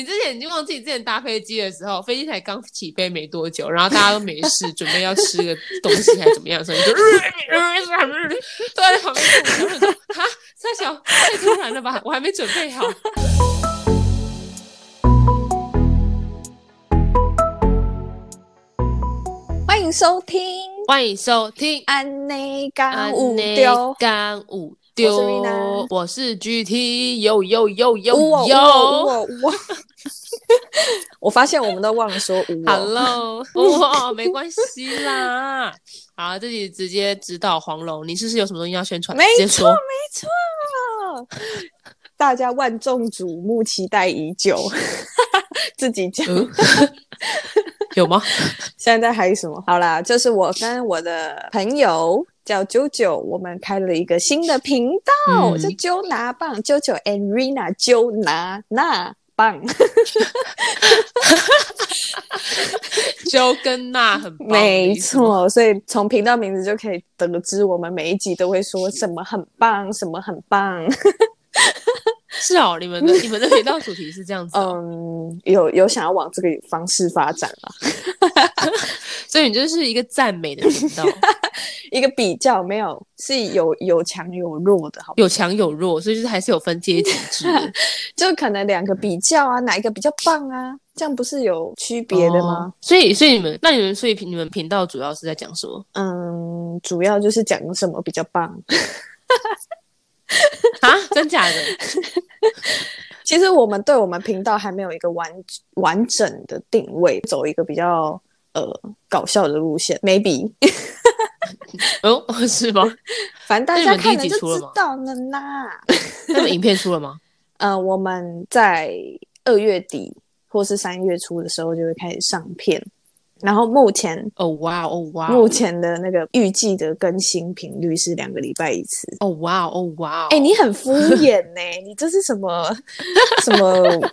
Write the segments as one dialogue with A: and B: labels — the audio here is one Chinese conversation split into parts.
A: 你之前已经忘记你之前搭飞机的时候，飞机才刚起飞没多久，然后大家都没事， 准备要吃个东西还怎么样的时候，你就 坐在旁边跟我说：“哈，三小太突然了吧，我还没准备好。”
B: 欢迎收听
A: 欢迎收听
B: 安内干五丢，
A: 干五
B: 我是
A: 丢
B: Rina，
A: 我是 GT，有有有有
B: 呜哦呜哦呜
A: 有
B: 哦呜哦！ 我发现我们都忘了说呜哦，
A: ，Hello，哇，没关系啦。好，这里直接指导黄龙，你是不是有什么东西要宣传？
B: 没
A: 直接
B: 错
A: 说。
B: 没错，大家万众瞩目，期待已久。 自己讲，
A: 嗯， 有吗？
B: 现在在嗨什么？好啦，就是我跟我的朋友叫啾啾，我们开了一个新的频道，
A: 嗯
B: 叫啾拿棒，啾啾 and Rina 啾拿那棒。
A: 就跟那很棒，
B: 没，错，所以从频道名字就可以得知，我们每一集都会说什么很棒，什么很 棒。
A: 是哦。你们的你们的频道主题是这样子哦，
B: 嗯，有有想要往这个方式发展啊，
A: 所以你就是一个赞美的频道，
B: 一个比较没有是有有强有弱的，好吧，
A: 有强有弱，所以就是还是有分阶级制的。
B: 就可能两个比较啊，哪一个比较棒啊，这样不是有区 别的吗
A: 哦？所以，所以你们，那你们，所以你们频道主要是在讲什么
B: 嗯，主要就是讲什么比较棒。
A: 啊？真假的？
B: 其实我们对我们频道还没有一个完完整的定位，走一个比较呃搞笑的路线，maybe。
A: 哦， 是吗？
B: 反正大
A: 那你
B: 家
A: 们第一
B: 看
A: 集
B: 就
A: 出了
B: 知
A: 吗
B: 道了啦。
A: 那么影片出了吗？
B: 呃，我们在二月底或是三月初的时候就会开始上片，然后目前
A: 哦哇哦哇
B: 目前的那个预计的更新频率是两个礼拜一次。
A: 哦哇哦哇！
B: 哎、你很
A: 哦
B: 敷衍呢、你这是什么 什么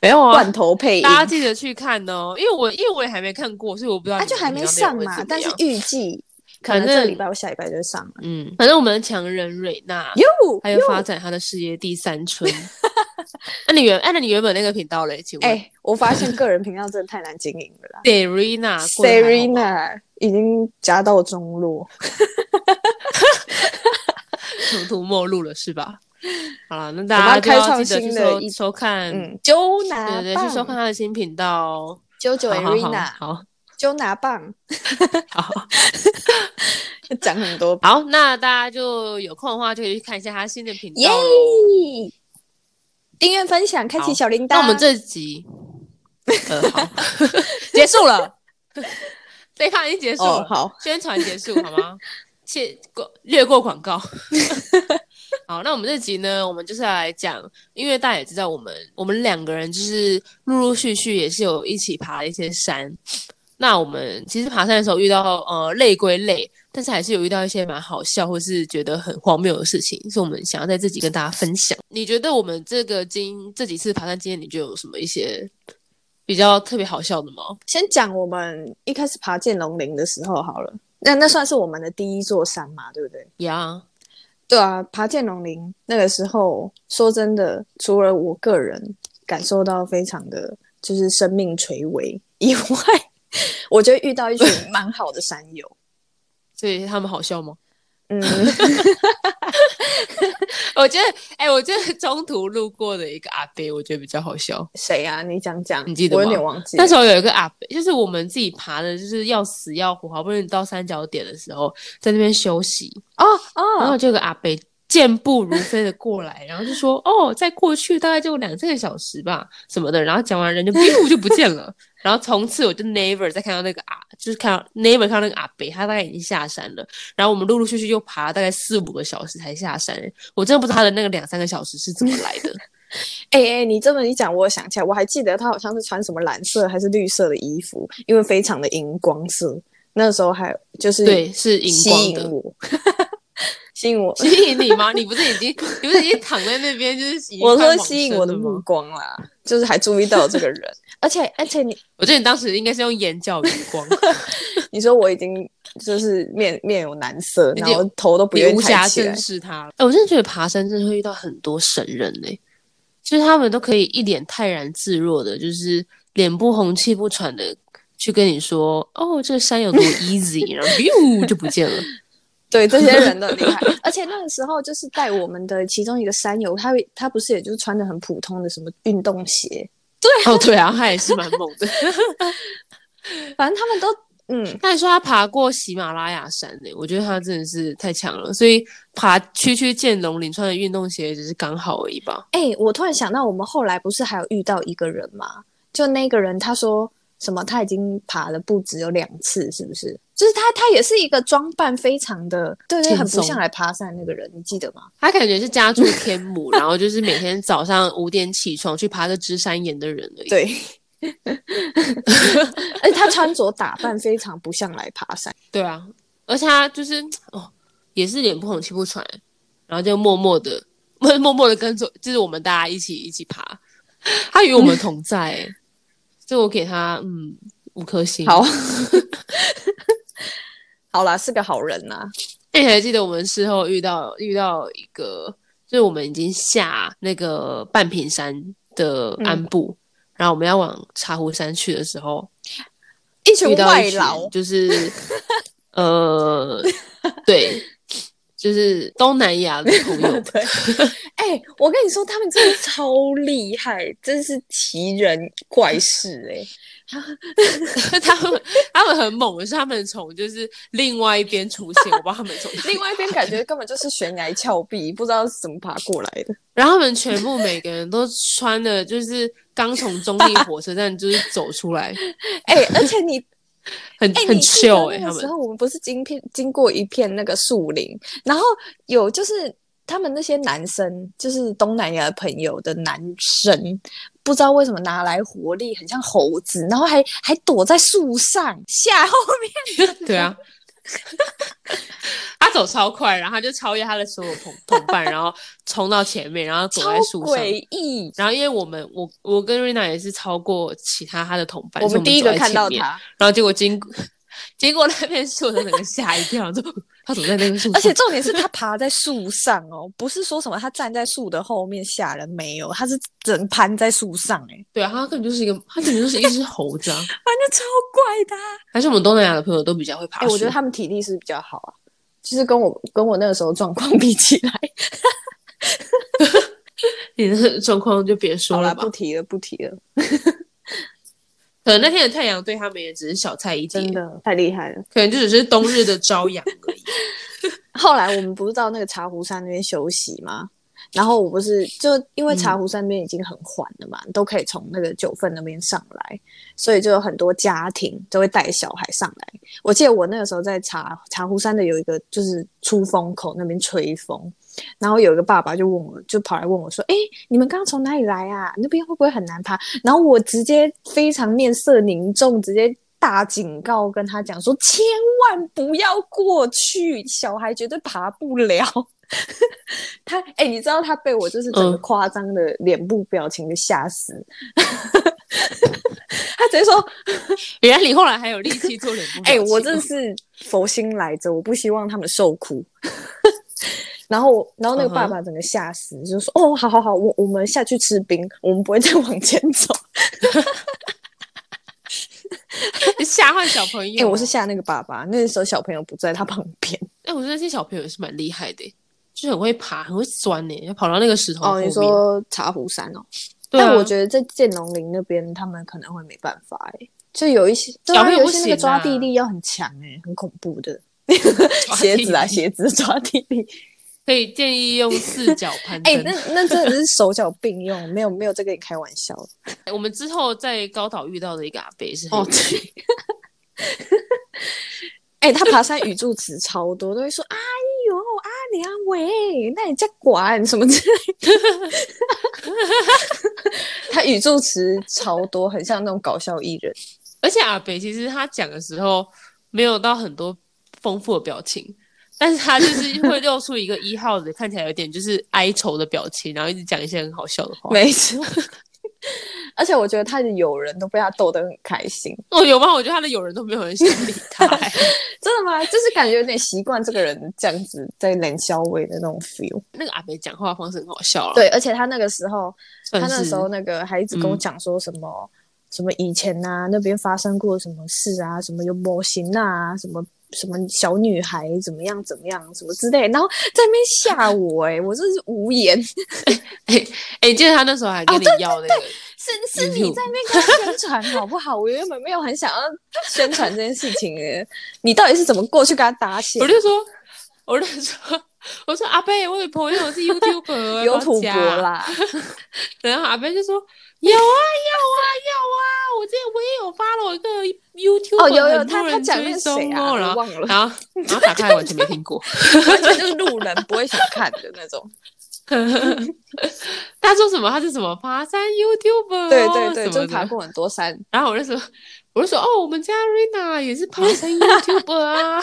A: 没有啊
B: 罐？头配音？
A: 大家记得去看哦，因为我因为我也还没看过，所以我不知道
B: 啊，
A: 你
B: 就
A: 们
B: 还
A: 频
B: 没
A: 道内
B: 上
A: 容会
B: 嘛
A: 怎，么
B: 但是
A: 样
B: 预计可
A: 反
B: 能这个
A: 正
B: 礼拜或下礼拜就上了。
A: 嗯，反正我们的强人瑞娜
B: 哟，
A: 还有发展她的事业第三春。 那你原哎，那你原本那个频道嘞？请问
B: 哎、我发现个人频道真的太难经营了啦。
A: Serena 过得还好吗
B: Serena 已经家道中落，
A: 穷途末路了是吧？好了，那
B: 我们
A: 大家
B: 要
A: 就
B: 开
A: 要
B: 创
A: 记得去
B: 新的
A: 收
B: 一
A: 收看，
B: 嗯，揪拿
A: 对对
B: 棒，
A: 对，去收看他的新频道哦。
B: 九九
A: 好好好
B: Arena，
A: 好
B: 揪拿棒，
A: 好
B: 讲很多，
A: 好，那大家就有空的话就可以去看一下他新的频道
B: 耶
A: 咯。！
B: 订阅分享，开
A: 好
B: 启小铃铛。
A: 那我们这集，呃， 好，结束了，这一趴已经结束
B: 哦
A: 了，
B: 好，
A: 宣传结束好吗？切过略过广告。 好，那我们这集呢，我们就是要来讲，因为大家也知道，我们我们两个人就是陆陆续续也是有一起爬了一些山。那我们其实爬山的时候遇到呃累归累，但是还是有遇到一些蛮好笑或是觉得很荒谬的事情，是我们想要在这集跟大家分享。你觉得我们这个经这几次爬山经验，你觉得有什么一些比较特别好笑的吗？
B: 先讲我们一开始爬剑龙岭的时候好了，那那算是我们的第一座山嘛，对不对？
A: 呀、
B: 对啊，爬剑龙林那个时候，说真的，除了我个人感受到非常的就是生命垂危以外， 我觉得遇到一 群蛮好的山友。
A: 所以他们好笑吗？
B: 嗯，
A: 我觉得，哎、我觉得中途路过的一个阿伯，我觉得比较好笑。
B: 谁啊？你讲讲，
A: 你记得吗
B: 我有点忘记了。
A: 那时候有一个阿伯，就是我们自己爬的，就是要死要活，好不容易到三角点的时候，在那边休息，
B: 哦
A: 然后
B: 哦，
A: 就有个阿伯健步如飞的过来，然后就说：“哦，在过去大概就两三个小时吧，什么的。”然后讲完人就 biu 就不见了。 然后从此我就 never 再看到那个阿，就是看到 never 看到那个阿北，他大概已经下山了。然后我们陆陆续续又爬了大概四五个小时才下山，我真的不知道他的那个两三个小时是怎么来的。
B: 哎哎、你这么一讲，我想起来，我还记得他好像是穿什么蓝色还是绿色的衣服，因为非常的荧光色。那时候还就是
A: 对，是荧
B: 吸
A: 光
B: 引
A: 的。
B: 我， 吸引我，
A: 吸引你吗？你不是已经，你不是已经躺在那边就是已经
B: 我
A: 快
B: 说
A: 往
B: 吸引
A: 生
B: 我的
A: 了
B: 目
A: 吗？
B: 光啦，就是还注意到这 个人，而且而且你
A: 我觉得你当时应该是用眼 角余光，
B: 你说我已经就是面面有难色，
A: 已
B: 然
A: 经
B: 后头都不
A: 你
B: 愿
A: 无
B: 意抬
A: 暇
B: 起来
A: 正，视他了。哎、我真的觉得爬山真的会遇到很多神人呢、就是他们都可以一脸泰然自若的，就是脸不红气不喘的去跟你说，哦，这个山 有多 easy，然后 biu 就不见了。
B: 对，这些人都很厉害。而且那个时候就是带我们的其中一个山友，他会他不是也就是穿的很普通的什么运动鞋，
A: 哦，对啊，他也是蛮猛的。
B: 反正他们都嗯，
A: 他还说他爬过喜马拉雅山呢、我觉得他真的是太强了。所以爬区区见龙岭穿的运动鞋只是刚好而已吧。
B: 哎、我突然想到，我们后来不是还有遇到一个人吗？就那个人他说什么他已经爬了不止有两次，是不是？就是他他也是一个装扮非常的，对对，
A: 轻
B: 很不
A: 松
B: 像来爬山那个人，你记得吗？
A: 他感觉是家住天母，然后就是每天早上五点起床去爬个芝山岩的人而已。
B: 对。而且哎他穿着打扮非常不像来爬山，
A: 对啊，而且他就是哦，也是脸不红气不喘，然后就默默的、 默默默的跟着，就是我们大家一起一起爬。他与我们同在、欸，所以我给他嗯五颗星。
B: 好， 好啦，是个好人啊呐、
A: 而哎且还记得我们事后遇到遇到一个，就是我们已经下那个半屏山的
B: 嗯
A: 安部，然后我们要往茶壶山去的时候，
B: 一群
A: 遇到
B: 外
A: 一群
B: 劳，
A: 就是呃，对，就是东南亚的朋 友
B: 对，哎、我跟你说，他们真的超厉害，真是奇人怪事哎、
A: 他们他们很猛，是他们从就是另外一边出现，我不知道他们从哪里
B: 另外一边感觉根本就是悬崖峭壁，不知道是怎么爬过来的。
A: 然后他们全部每个人都穿的就是刚从中 立火车站就是走出来，
B: 哎、而且你
A: 很、
B: 哎、
A: 很
B: 你记得
A: chill 哎、
B: 那
A: 他
B: 个时
A: 们
B: 候我们不是经片经过一片那个树林，然后有就是他们那些男生，就是东南亚朋友的男生，不知道为什么拿来活力很像猴子，然后还还躲在树上吓后面。
A: 对啊。 他走超快，然后他就超越他的所有同同伴，然后冲到前面，然后躲
B: 超
A: 在树上。
B: 诡异。
A: 然后因为我们我我跟瑞娜也是超过其他他的同伴，
B: 我
A: 所以
B: 们第一
A: 走
B: 个
A: 在
B: 看到
A: 前面，
B: 他，
A: 然后结果经过经过那片树，的整个吓一跳，就他怎么在那个树上？
B: 而且重点是他爬在树上哦，不是说什么他站在树的后面吓人没有，他是整攀在树上哎、
A: 对啊，他根本就是一个，他根本就是一只猴子啊！
B: 反正超怪的、啊
A: 还是我们东南亚的朋友都比较会爬
B: 哎、
A: 树。
B: 我觉得他们体力是比较好啊，就是跟我跟我那个时候状况比起来，
A: 你的状况就别说
B: 好啦，
A: 了吧
B: 不。提了，不提了，
A: 可能那天的太阳对他们也只是小菜一碟
B: 真，的太厉害了。
A: 可能就只是冬日的朝 阳而已。
B: 后来我们不是到那个茶壶山那边休息吗？然后我不是就因为茶壶山那边已经很缓了嘛，都可以从那个九份那边上来，所以就有很多家庭都会带小孩上来。我记得我那个时候在茶茶壶山的有一个就是出风口那边吹风，然后有一个爸爸就问我，就跑来问我说：“哎、你们刚刚从哪里来啊？那边会不会很难爬？”然后我直接非常面色凝重，直接大警告跟他讲说：“千万不要过去，小孩绝对爬不了。” 他哎、你知道他被我就是整
A: 嗯
B: 个夸张的脸部表情给吓死， 他直接说：“
A: 原来你后来还有力气做脸部表
B: 哎、
A: 情哦？
B: 我真是佛心来着，我不希望他们受苦。 然后我，然后那个爸爸整个吓死就说：“哦，好好好，我我们下去吃冰，我们不会再往前走。
A: 吓坏小朋”
B: 哎、
A: 友。哦
B: 我是吓那个爸爸，那时候小朋友不在他旁边。
A: 哎、我觉得那些小朋友也是蛮厉害的、就是很会爬，很会钻呢、要跑到那个石头
B: 哦，你
A: 后面
B: 说茶壶山哦，
A: 对啊，
B: 但我觉得在建龙林那边，他们可能会没办法哎、就有一些，对
A: 小
B: 啊，
A: 朋友
B: 有一
A: 不
B: 些那个
A: 行
B: 抓
A: 啊
B: 地力要很强哎、很恐怖的。
A: 抓
B: 鞋子啊，
A: 地力
B: 鞋子抓地力，
A: 可以建议用四脚攀
B: 哎、
A: 登。
B: 那那真的是手脚并用，没有没有在跟你开玩笑。
A: 我们之后在高岛遇到的一个阿伯是很
B: 哦，对。 哎、他爬山语助词超多，都会说“哎呦，阿良喂，那你在管什么之类 的。”他语助词超多，很像那种搞笑艺人。
A: 而且阿北其实他讲的时候没有到很多丰富的表情，但是他就是会露出一个一号的，看起来有点就是哀愁的表情，然后一直讲一些很好笑的话。
B: 没错， 而且我觉得他的友人都被他逗得很开心。
A: 我哦有吗？我觉得他的友人都没有人想理 他、欸
B: 真的吗？就是感觉有点习惯这个人这样子在冷笑味的那种 feel。
A: 那个阿北讲话方式很好笑了，哦
B: 对，而且他那个时候，他
A: 算是，
B: 那时候那个还一直跟我
A: 嗯
B: 讲说什么、什么以前啊那边发生过什么事啊，什么有模型啊，什么什么小女孩怎么样怎么样什么之类，然后在那边吓我哎、我真是无言。
A: 哎、记得他那时候还
B: 哦
A: 跟你要那个，
B: 是是你
A: YouTube
B: 在那边跟他宣传好不好？我原本没有很想要宣传这件事情诶，你到底是怎么过去跟他搭线
A: 我？就说，我就说，我说阿贝，我有朋友是 YouTuber，
B: 有
A: 博
B: 土博。啦，
A: 然后阿贝就说有啊有啊有啊，我这我也有发了我一个 YouTuber，
B: 哦有有，
A: 很多
B: 他他
A: 人
B: 讲那
A: 追
B: 个
A: 踪
B: 谁啊？
A: 哦然
B: 我
A: 后
B: 忘了，
A: 然后然后打开完全没听过。
B: 完全就是路人不会想看的那 种。
A: 他说什么？他是什么爬山 YouTuber？、哦、
B: 对对对，
A: 什
B: 就
A: 么
B: 是爬
A: 的。
B: 过很多山，
A: 然后我就说，我就说哦，我们家 Rina 也是爬山 YouTuber 啊，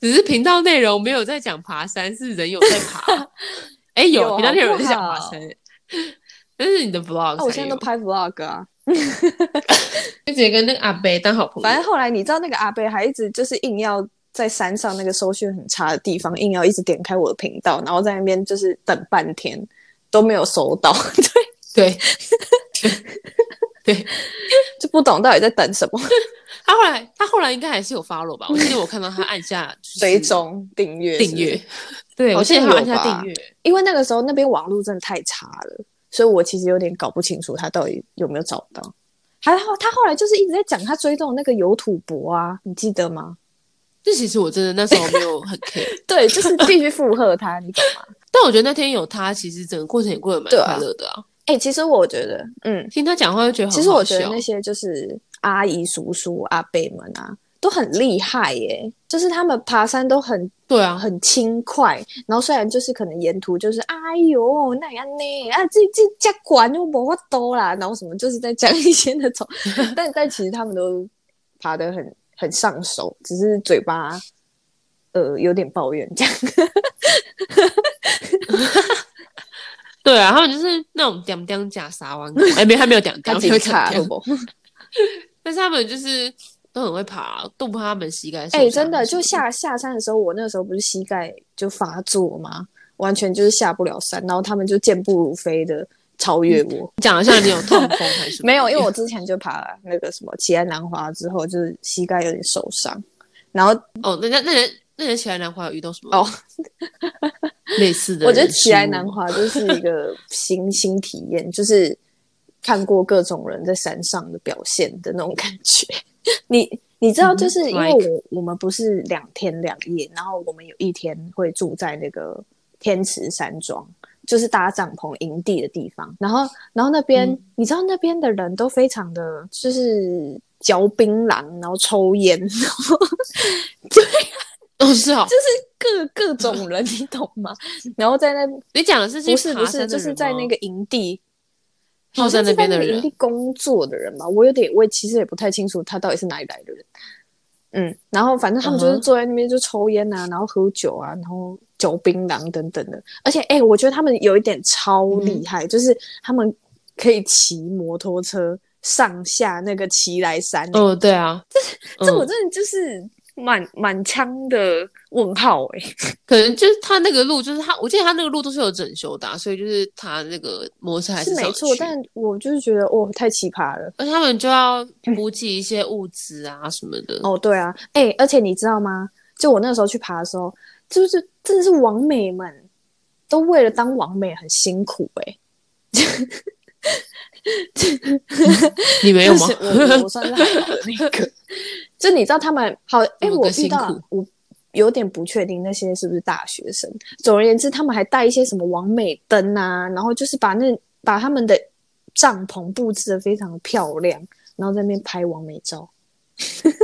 A: 只是频道内容没有在讲爬山，是人有在爬。哎、
B: 有
A: 有频道内容在讲
B: 好
A: 爬
B: 不好
A: 山，但是你的 vlog 才
B: 啊，
A: 有、
B: 我现在都拍 vlog 啊。
A: 就直接跟那个阿贝当好朋友。
B: 反正后来你知道那个阿贝还一直就是硬要在山上那个搜讯很差的地方，硬要一直点开我的频道，然后在那边就是等半天都没有收到，
A: 对对，
B: 就不懂到底在等什么。
A: 他后来他后来应该还是有 follow 吧？我记得我看到他按下就是
B: 追踪订阅是不
A: 订
B: 是
A: 阅，对
B: 好
A: 我记得
B: 像
A: 他按
B: 有
A: 下
B: 吧
A: 订阅。
B: 因为那个时候那边网络真的太差了，所以我其实有点搞不清楚他到底有没有找到。还好他后来就是一直在讲他追踪的那个有土博啊，你记得吗？
A: 这其实我真的那时候没有很 care，
B: 对，就是必须附和他，你懂吗？
A: 但我觉得那天有他，其实整个过程也过得蛮
B: 对
A: 快
B: 啊
A: 乐的啊。
B: 哎、其实我觉得，嗯，
A: 听他讲话就觉得很
B: 其实我
A: 好
B: 觉得
A: 笑
B: 那。些就是阿姨、叔叔、阿伯们啊，都很厉害耶、就是他们爬山都很
A: 对啊，
B: 很轻快，然后虽然就是可能沿途就是哎呦那样呢啊这这这管又无法多啦，然后什么就是在讲一些那 种，但但其实他们都爬得很很上手，只是嘴巴呃有点抱怨 这样。
A: 对啊，他们就是那种屌屌假撒湾狗，哎，没有，他没有屌屌，没有屌屌，
B: 不？
A: 但是他们就是都很会爬，都不怕啊他们膝盖受
B: 哎、
A: 伤
B: 真的，
A: 什么
B: 就下下山的时候，我那时候不是膝盖就发作吗？完全就是下不了山，然后他们就健步如飞的超越我。
A: 你讲的像你有痛风还是什么
B: 没有，因为我之前就爬那个什么奇安南华之后，就是膝盖有点受伤，然后
A: 哦，那那那人那人起来南华有遇到什么
B: 哦，
A: 类似的
B: 我
A: 人事物吗？
B: 觉得奇安南华就是 一个新新体验，就是看过各种人在山上的表现的那种感觉。 你你知道，就是因为
A: 嗯 like-
B: 我我们不是两天两夜，然后我们有一天会住在那个天池山庄，就是搭帐篷营地的地方。然后然后那边、
A: 嗯
B: 你知道那边的人都非常的就是嚼槟榔，然后抽烟， 然后
A: 哦，是哦，
B: 就是各各种人，你懂吗？然后在那
A: 你讲的是去
B: 不是
A: 爬
B: 不
A: 山
B: 是，
A: 的
B: 就是
A: 人
B: 在
A: 吗
B: 那个营地，
A: 住在那边的人
B: 营地工作的人吧。我有点，我也其实也不太清楚他到底是哪里来的人。嗯，然后反正他们就
A: 嗯
B: 是
A: 哼
B: 坐在那边就抽烟啊，然后喝酒啊，然后嚼槟榔等等的。而且，哎、我觉得他们有一点超
A: 嗯
B: 厉害，就是他们可以骑摩托车上下那个奇来山。欸
A: 哦，对啊，这
B: 这我真的就是满满腔的问号哎、
A: 可能就是他那个路，就是他，我记得他那个路都是有整修的啊、所以就是他那个摩托车还
B: 是
A: 上
B: 没
A: 得
B: 错
A: 去，
B: 但我就是觉得哦，太奇葩了。
A: 而且他们就要补给一些物资啊什么的。
B: 嗯哦，对啊，哎、而且你知道吗？就我那时候去爬的时候，就是真的是王美们都为了当王美很辛苦哎、
A: 你没有吗
B: 就？是我我算是还 好的那个，就你知道他们好哎、
A: 怎么个
B: 我遇到
A: 辛苦
B: 我有点不确定那些是不是大学生。总而言之，他们还带一些什么王美灯啊，然后就是把那把他们的帐篷布置的非常漂亮，然后在那边拍王美照。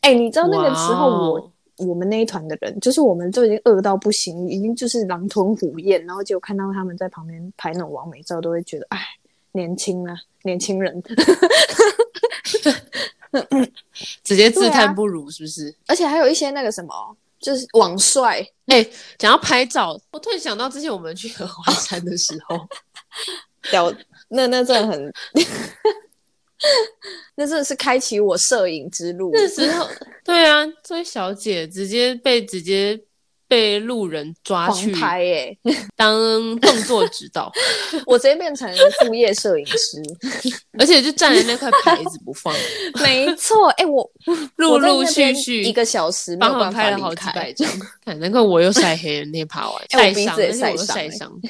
B: 哎、你知道那个时候我
A: 哇哦
B: 我们那一团的人，就是我们都已经饿到不行，已经就是狼吞虎咽，然后结果看到他们在旁边拍那种完美照，都会觉得哎，年轻啊，年轻人。
A: 直接自
B: 对啊
A: 叹不如，是不是？
B: 而且还有一些那个什么，就是网帅，
A: 哎、讲到拍照，我突然想到之前我们去合欢山的时候，
B: 屌，那那真的很， 那真的是开启我摄影之路。
A: 那时候，对啊，这位小姐直接被直接被路人抓
B: 狂
A: 去
B: 拍耶、
A: 当动作指 导，
B: 我直接变成副业摄影师。
A: 而且就站在那块牌子不放，
B: 没错，哎、我
A: 陆
B: 我在那
A: 陆续
B: 边
A: 续
B: 一个小时没
A: 帮
B: 有
A: 他们
B: 办法
A: 拍了
B: 离
A: 好几
B: 开，
A: 百张， 看难怪我又晒黑了，那天爬完
B: 哎
A: 晒
B: 我鼻
A: 伤，
B: 子也
A: 但是我又
B: 晒伤
A: 晒
B: 哎
A: 伤，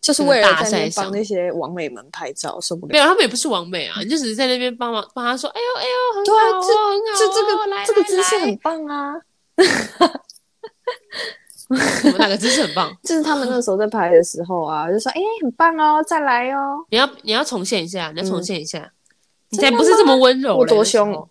B: 就是为了
A: 大
B: 在那边
A: 晒
B: 帮
A: 伤
B: 那些网美们拍照，受不了。
A: 没有，他们也不是完美啊，你就只是在那边帮忙帮他说，哎呦哎呦，很
B: 对啊
A: 好哦，
B: 这
A: 很好
B: 这这
A: 哦
B: 个
A: 来
B: 这个
A: 来
B: 姿势
A: 来
B: 很棒啊！
A: 我们哪 个姿势很棒？
B: 就是他们那时候在拍的时候啊，就说：“哎、很棒哦，再来哦。
A: 你要你要重现一下，你要重现一下，你才
B: 嗯真的
A: 不是这么温柔嘞，
B: 我多
A: 那时
B: 凶
A: 候！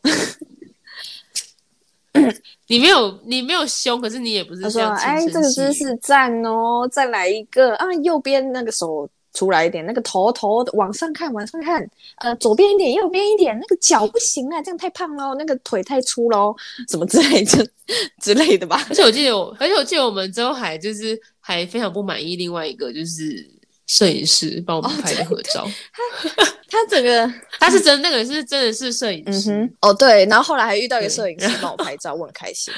A: 你没有你没有凶，可是你也不”是
B: 他
A: 这
B: 说：“
A: 样轻
B: 哎、
A: 声
B: 这个姿
A: 细语
B: 势赞哦，再来一个啊！右边那个手出来一点，那个头头往上看，往上看，呃，左边一点，右边一点，那个脚不行啊，这样太胖喽，那个腿太粗喽，什么之类的之类的吧。”
A: 而且我记得我，而且我记得我们之后还就是还非常不满意另外一个就是摄影师帮我
B: 哦
A: 们拍的合照，
B: 他整个
A: 他是真那个是真的是摄影
B: 嗯
A: 师，
B: 哼，哦对，然后后来还遇到一个摄影师
A: 对
B: 帮我拍照，我很开心。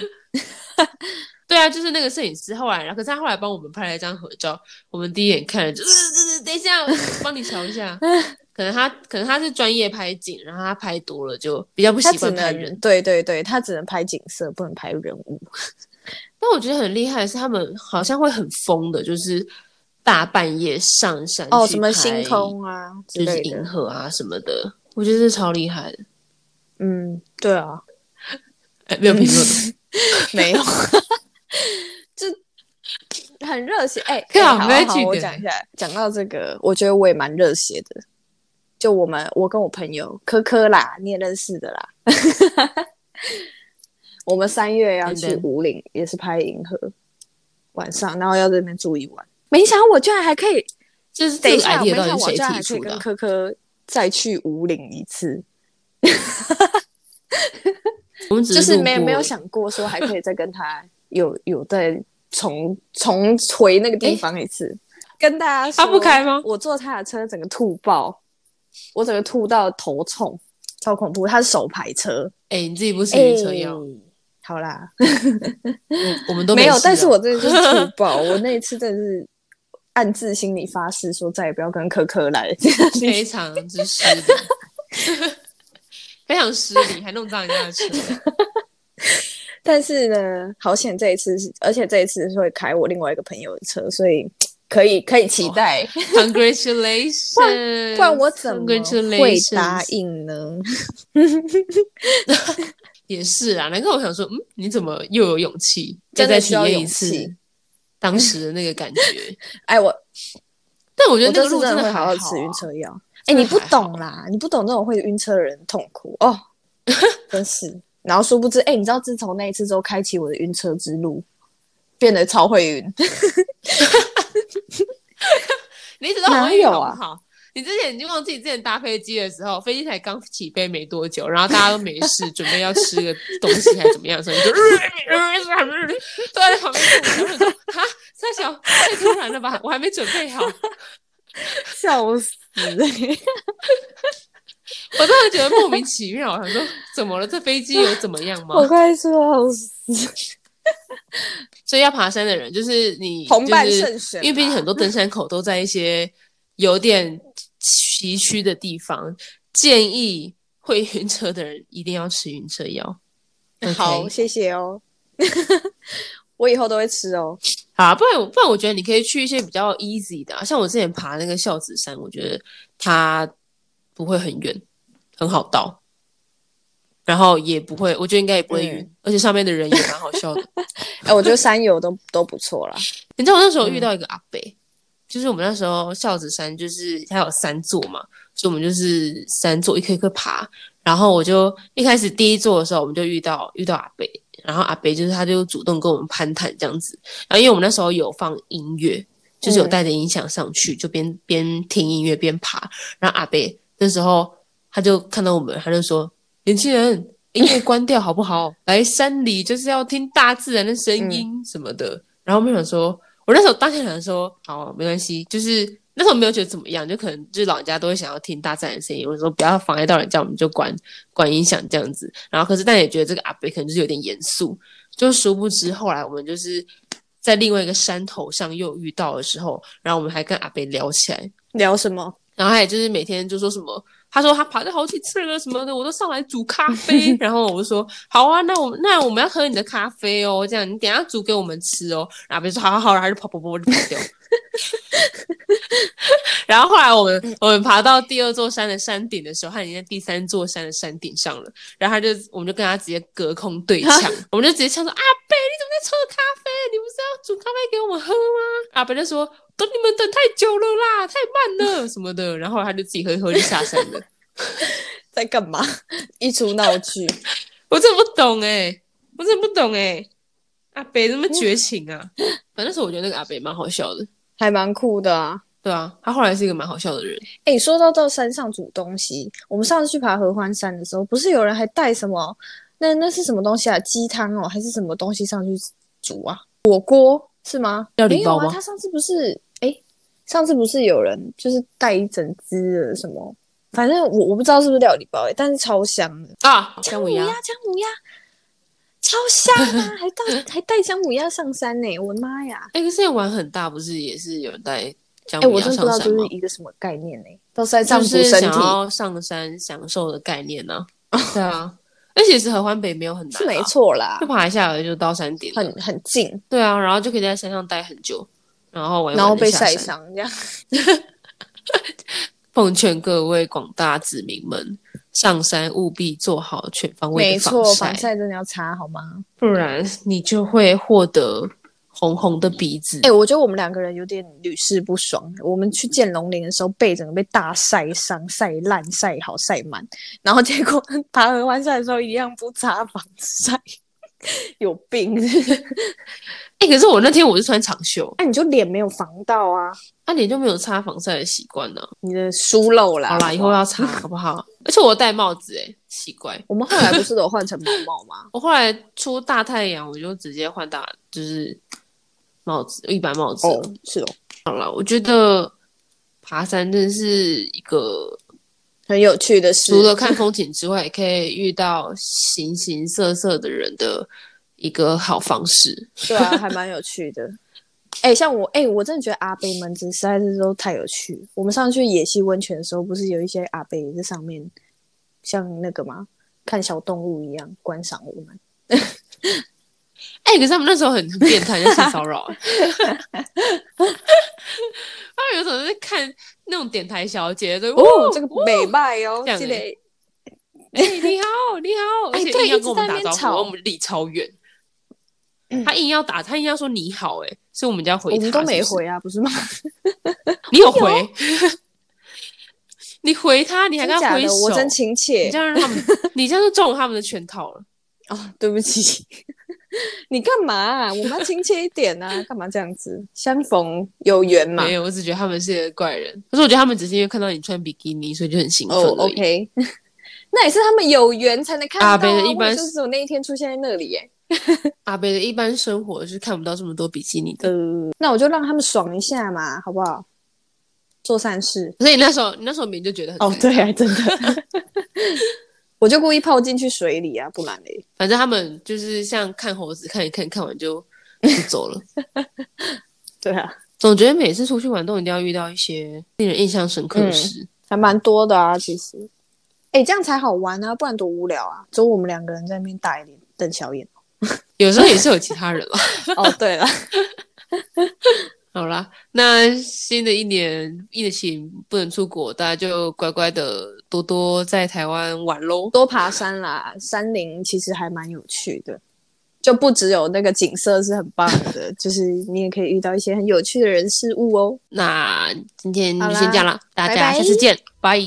A: 对啊，就是那个摄影师后来，然后可是他后来帮我们拍了一张合照，我们第一眼看了就，呃呃呃等一下，我帮你瞧一 下。可能他可能他是专业拍景，然后他拍多了就比较不
B: 他
A: 习
B: 只
A: 惯拍
B: 能
A: 人。
B: 对对对，他只能拍景色，不能拍人物。
A: 但我觉得很厉害的是，他们好像会很疯的，就是大半夜上山
B: 哦，
A: 去
B: 什么
A: 拍
B: 星空啊之
A: 就是
B: 类的
A: 银。河啊什么的，我觉得是超厉害的。
B: 嗯，对啊，
A: 哎，没有评论，
B: 嗯没有， 就很热血。 哎、
A: 可以啊
B: 哎好
A: 没
B: 好
A: 记得
B: 我讲一下，讲到这个，我觉得我也蛮热血的。就我们，我跟我朋友科科啦，你也认识的啦。 我们三月要去
A: 嗯对
B: 五岭，也是拍银河，晚上，然后要在那边住一晚。没想到我居然还可以，
A: 就是
B: 等
A: 这
B: 一
A: 个
B: 下，没
A: idea 到
B: 想到
A: 底是
B: 我
A: 谁提
B: 居然还可以
A: 出的
B: 跟
A: 啊？
B: 科科再去五岭一次，
A: 我们只
B: 就是
A: 路
B: 没
A: 过
B: 没有
A: 而已
B: 想过说还可以再跟他 有有再重重回那个地方一次。跟大家说，
A: 他不开吗
B: 我坐他的车，整个吐爆，我整个吐到头冲，超恐怖。他是手排车，
A: 哎，你自己不是晕车
B: 哎
A: 药，我
B: 好啦，
A: 我们都
B: 哎没有
A: 事，
B: 但是
A: 啊
B: 我真的就是 吐爆。我那一次真的是暗自心里发誓，说再也不要跟科科来 这个地
A: 非常之失礼，非常失礼，还弄脏人家的车。
B: 但是呢，好险这一次是，而且这一次是会开我另外一个朋友的车，所以可以可以期待。
A: Congratulations！
B: 不
A: 呃
B: 然不然我怎么会
A: Congratulations
B: 答应呢？
A: 也是啊，难怪我想说，嗯，你怎么又有勇气再
B: 真的
A: 再体
B: 需要
A: 验一
B: 勇
A: 次
B: 气
A: 当时的那个感觉？
B: 哎，我
A: 但我觉得那
B: 我这
A: 个
B: 次
A: 路真
B: 的
A: 的
B: 会
A: 还
B: 好
A: 好啊
B: 吃晕车药。哎、
A: 真的
B: 你不
A: 还好
B: 懂啦，你不懂这种会晕车的人痛苦 哦，真是。然后殊不知，哎、你知道自从那一次之后，开启我的晕车之路，变得超会 晕。
A: 你一直都很
B: 哪
A: 会运
B: 有
A: 动
B: 啊
A: 好。你之前已经忘记你之前搭飞机的时候，飞机才刚起飞没多久，然后大家都没事，准备要吃个东西还怎么样的时候，所以就坐在旁边吐，然后说啊，太小太突然了吧，我还没准备好。
B: 笑死！
A: 我真的觉得莫名其妙，我想说怎么了？这飞机有怎么样吗？
B: 我快笑死！
A: 所以要爬山的人，就是你
B: 同伴
A: 就是
B: 慎选
A: 因为毕竟
B: 啦
A: 很多登山口都在一些有点崎岖的地方，建议会晕车的人一定要吃晕车药。
B: 好，
A: OK
B: 谢谢哦。 我以后都会吃哦。
A: 好啊，不然我不然我觉得你可以去一些比较 easy 的、啊，像我之前爬那个孝子山，我觉得它不会很远，很好到，然后也不会，我觉得应该也不会晕，
B: 嗯
A: 而且上面的人也蛮好笑的。
B: 哎、我觉得山友都都不错啦。
A: 你知道我那时候遇到一个阿伯，就是我们那时候孝子山就是它有三座嘛，所以我们就是三座一颗一颗爬。然后我就一开始第一座的时候，我们就遇到遇到阿北，然后阿北就是他就主动跟我们攀谈这样子。然后因为我们那时候有放音乐，就是有带着音响上去，就边边听音乐边爬。然后阿北那时候他就看到我们，他就说：“年轻人，音乐关掉好不好？来山里就是要听大自然的声音什么的。然后我们想说，我那时候当下想说，好，没关系，就是那时候没有觉得怎么样，就可能就是老人家都会想要听大自然的声音，我说不要妨碍到人家，我们就关关音响这样子。然后可是但也觉得这个阿北可能就是有点严肃，就殊不知后来我们就是在另外一个山头上又遇到的时候，然后我们还跟阿北聊起来，
B: 聊什么？
A: 然后他也就是每天就说什么，他说他爬了好几次了什么的，我都上来煮咖啡，然后我就说好啊，那我们那我们要喝你的咖啡哦，这样你等一下煮给我们吃哦。然后别说好好好，然后他就跑跑跑就跑掉。然后后来我们我们爬到第二座山的山顶的时候，他已经在第三座山的山顶上了。然后他就我们就跟他直接隔空对呛，我们就直接呛说阿贝，你怎么在抽咖啡？你不是要煮咖啡给我们喝吗？阿贝就说等你们等太久了啦，太慢了什么的。然后他就自己喝一喝就下山了。
B: 在干嘛？ 一出闹剧，
A: 我真的不懂哎、我真的不懂哎、阿北这么绝情啊！反正是我觉得那个阿北蛮好笑的，
B: 还蛮酷的啊。
A: 对啊，他后来是一个蛮好笑的人。
B: 哎、说到到山上煮东西，我们上次去爬合欢山的时候，不是有人还带什么？那那是什么东西啊？鸡汤哦，还是什么东西上去煮啊？火锅是吗？
A: 料理
B: 没有
A: 包
B: 啊，
A: 吗
B: 他上次不是哎、上次不是有人就是带一整只的什么？反正我我不知道是不是料理包哎、但是超香的。
A: 啊，姜
B: 姜
A: 母
B: 母
A: 鸭
B: 鸭，姜母鸭，超香啊！ 还带还带姜母鸭上山呢、我的妈呀！
A: 哎、可是也玩很大，不是也是有人带姜
B: 哎、
A: 母
B: 我
A: 鸭
B: 真
A: 上
B: 的不知道
A: 山
B: 这
A: 吗
B: 是？一个什么概念呢、到山上
A: 就
B: 补
A: 是
B: 身
A: 想
B: 体，
A: 要上山享受的概念呢、啊。对啊，而且其实合欢北没有很难、啊
B: 是没，错啦
A: 就，爬一下而已就到山顶了。
B: 很很近，
A: 对啊，然后就可以在山上待很久，然后玩一玩
B: 然后
A: 就
B: 被
A: 下
B: 晒
A: 山。
B: 伤这样。
A: 奉劝各位广大子民们，上山务必做好全方位
B: 没
A: 的
B: 错，
A: 晒，
B: 防晒真的要擦好吗？
A: 不然你就会获得红红的鼻子。
B: 哎、我觉得我们两个人有点屡试不爽。我们去见龙林的时候，背整个被大晒伤、晒烂、晒好、晒满，然后结果 爬合欢山的时候一样不擦防晒，有病！
A: 哎、可是我那天我是穿长袖，
B: 那、你就脸没有防到啊，
A: 那、你就没有擦防晒的习惯呢。
B: 你的疏漏啦。
A: 好啦，以后要擦好不好？而且我戴帽子、欸，奇怪，？
B: 我们后来不是都有换成毛毛吗
A: 我后来出大太阳，我就直接换大就是帽子，一般帽子了。
B: 哦，是哦，
A: 好了，我觉得爬山真是一个
B: 很有趣的事
A: 除。了看风景之外，也可以遇到形形色色的人的一个好方式。
B: 对啊，还蛮有趣的。哎、像我，哎、我真的觉得阿贝们真实在是都太有趣了。我们上次去野溪温泉的时候，不是有一些阿贝在上面像那个吗？看小动物一样观赏我们。
A: 哎、可是他们那时候很很变态，就性骚扰、 欸。他们有种在看那种点台小姐，就
B: 哦，这个美
A: 哦
B: 卖哦，
A: 这样
B: 这
A: 欸
B: 类
A: 哎、你好，你好，而
B: 哎
A: 且
B: 对
A: 硬要
B: 一直
A: 跟我们
B: 在那
A: 打招呼，
B: 边吵嗯
A: 我们离超远。他硬要打，他硬要说你好、欸，哎，所以我们就要回
B: 我
A: 他。
B: 们都没
A: 是不是
B: 回啊，不啊是吗？
A: 你有回？ 你回他，你还
B: 真
A: 跟他
B: 假
A: 挥
B: 的，
A: 手？
B: 我真亲
A: 你
B: 切
A: 这样让他们，你这样就中了他们的圈套了。
B: 哦，对不起， 你干嘛啊、我们要亲切一点啊，干嘛这样子？相逢有缘嘛
A: 没。有，我只觉得他们是一个怪人。可是我觉得他们只是因为看到你穿比基尼，所以就很兴奋而
B: 哦
A: 已。
B: ，OK，那 也是他们有缘才能看到、啊。
A: 阿贝的一般
B: 我就是只有那一天出现在那里耶。
A: 阿北的一般生活是看不到这么多比基尼的。
B: 呃，那我就让他们爽一下嘛，好不好？做善事。
A: 所以你那时候，你那时候明明就觉得很，
B: 哦，对啊，真的。 我就故意泡进去水里啊，不然嘞，
A: 反正他们就是像看猴子，看一看，看完就就走了。
B: 对啊，
A: 总觉得每次出去玩都一定要遇到一些令人印象深
B: 嗯
A: 刻的事。
B: 还蛮多的啊，其实。哎、这样才好玩啊，不然多无聊啊！只有我们两个人在那边大一点瞪小眼。
A: 有时候也是有其他人啦。
B: 哦，对了，
A: 好啦，那新的一年疫情不能出国，大家就乖乖的多多在台湾玩喽。
B: 多爬山啦，山林其实还蛮有趣的，就不只有那个景色是很棒的，就是你也可以遇到一些很有趣的人事物哦。
A: 那今天
B: 好
A: 就先这样啦，大家
B: 拜拜
A: 下次见，拜。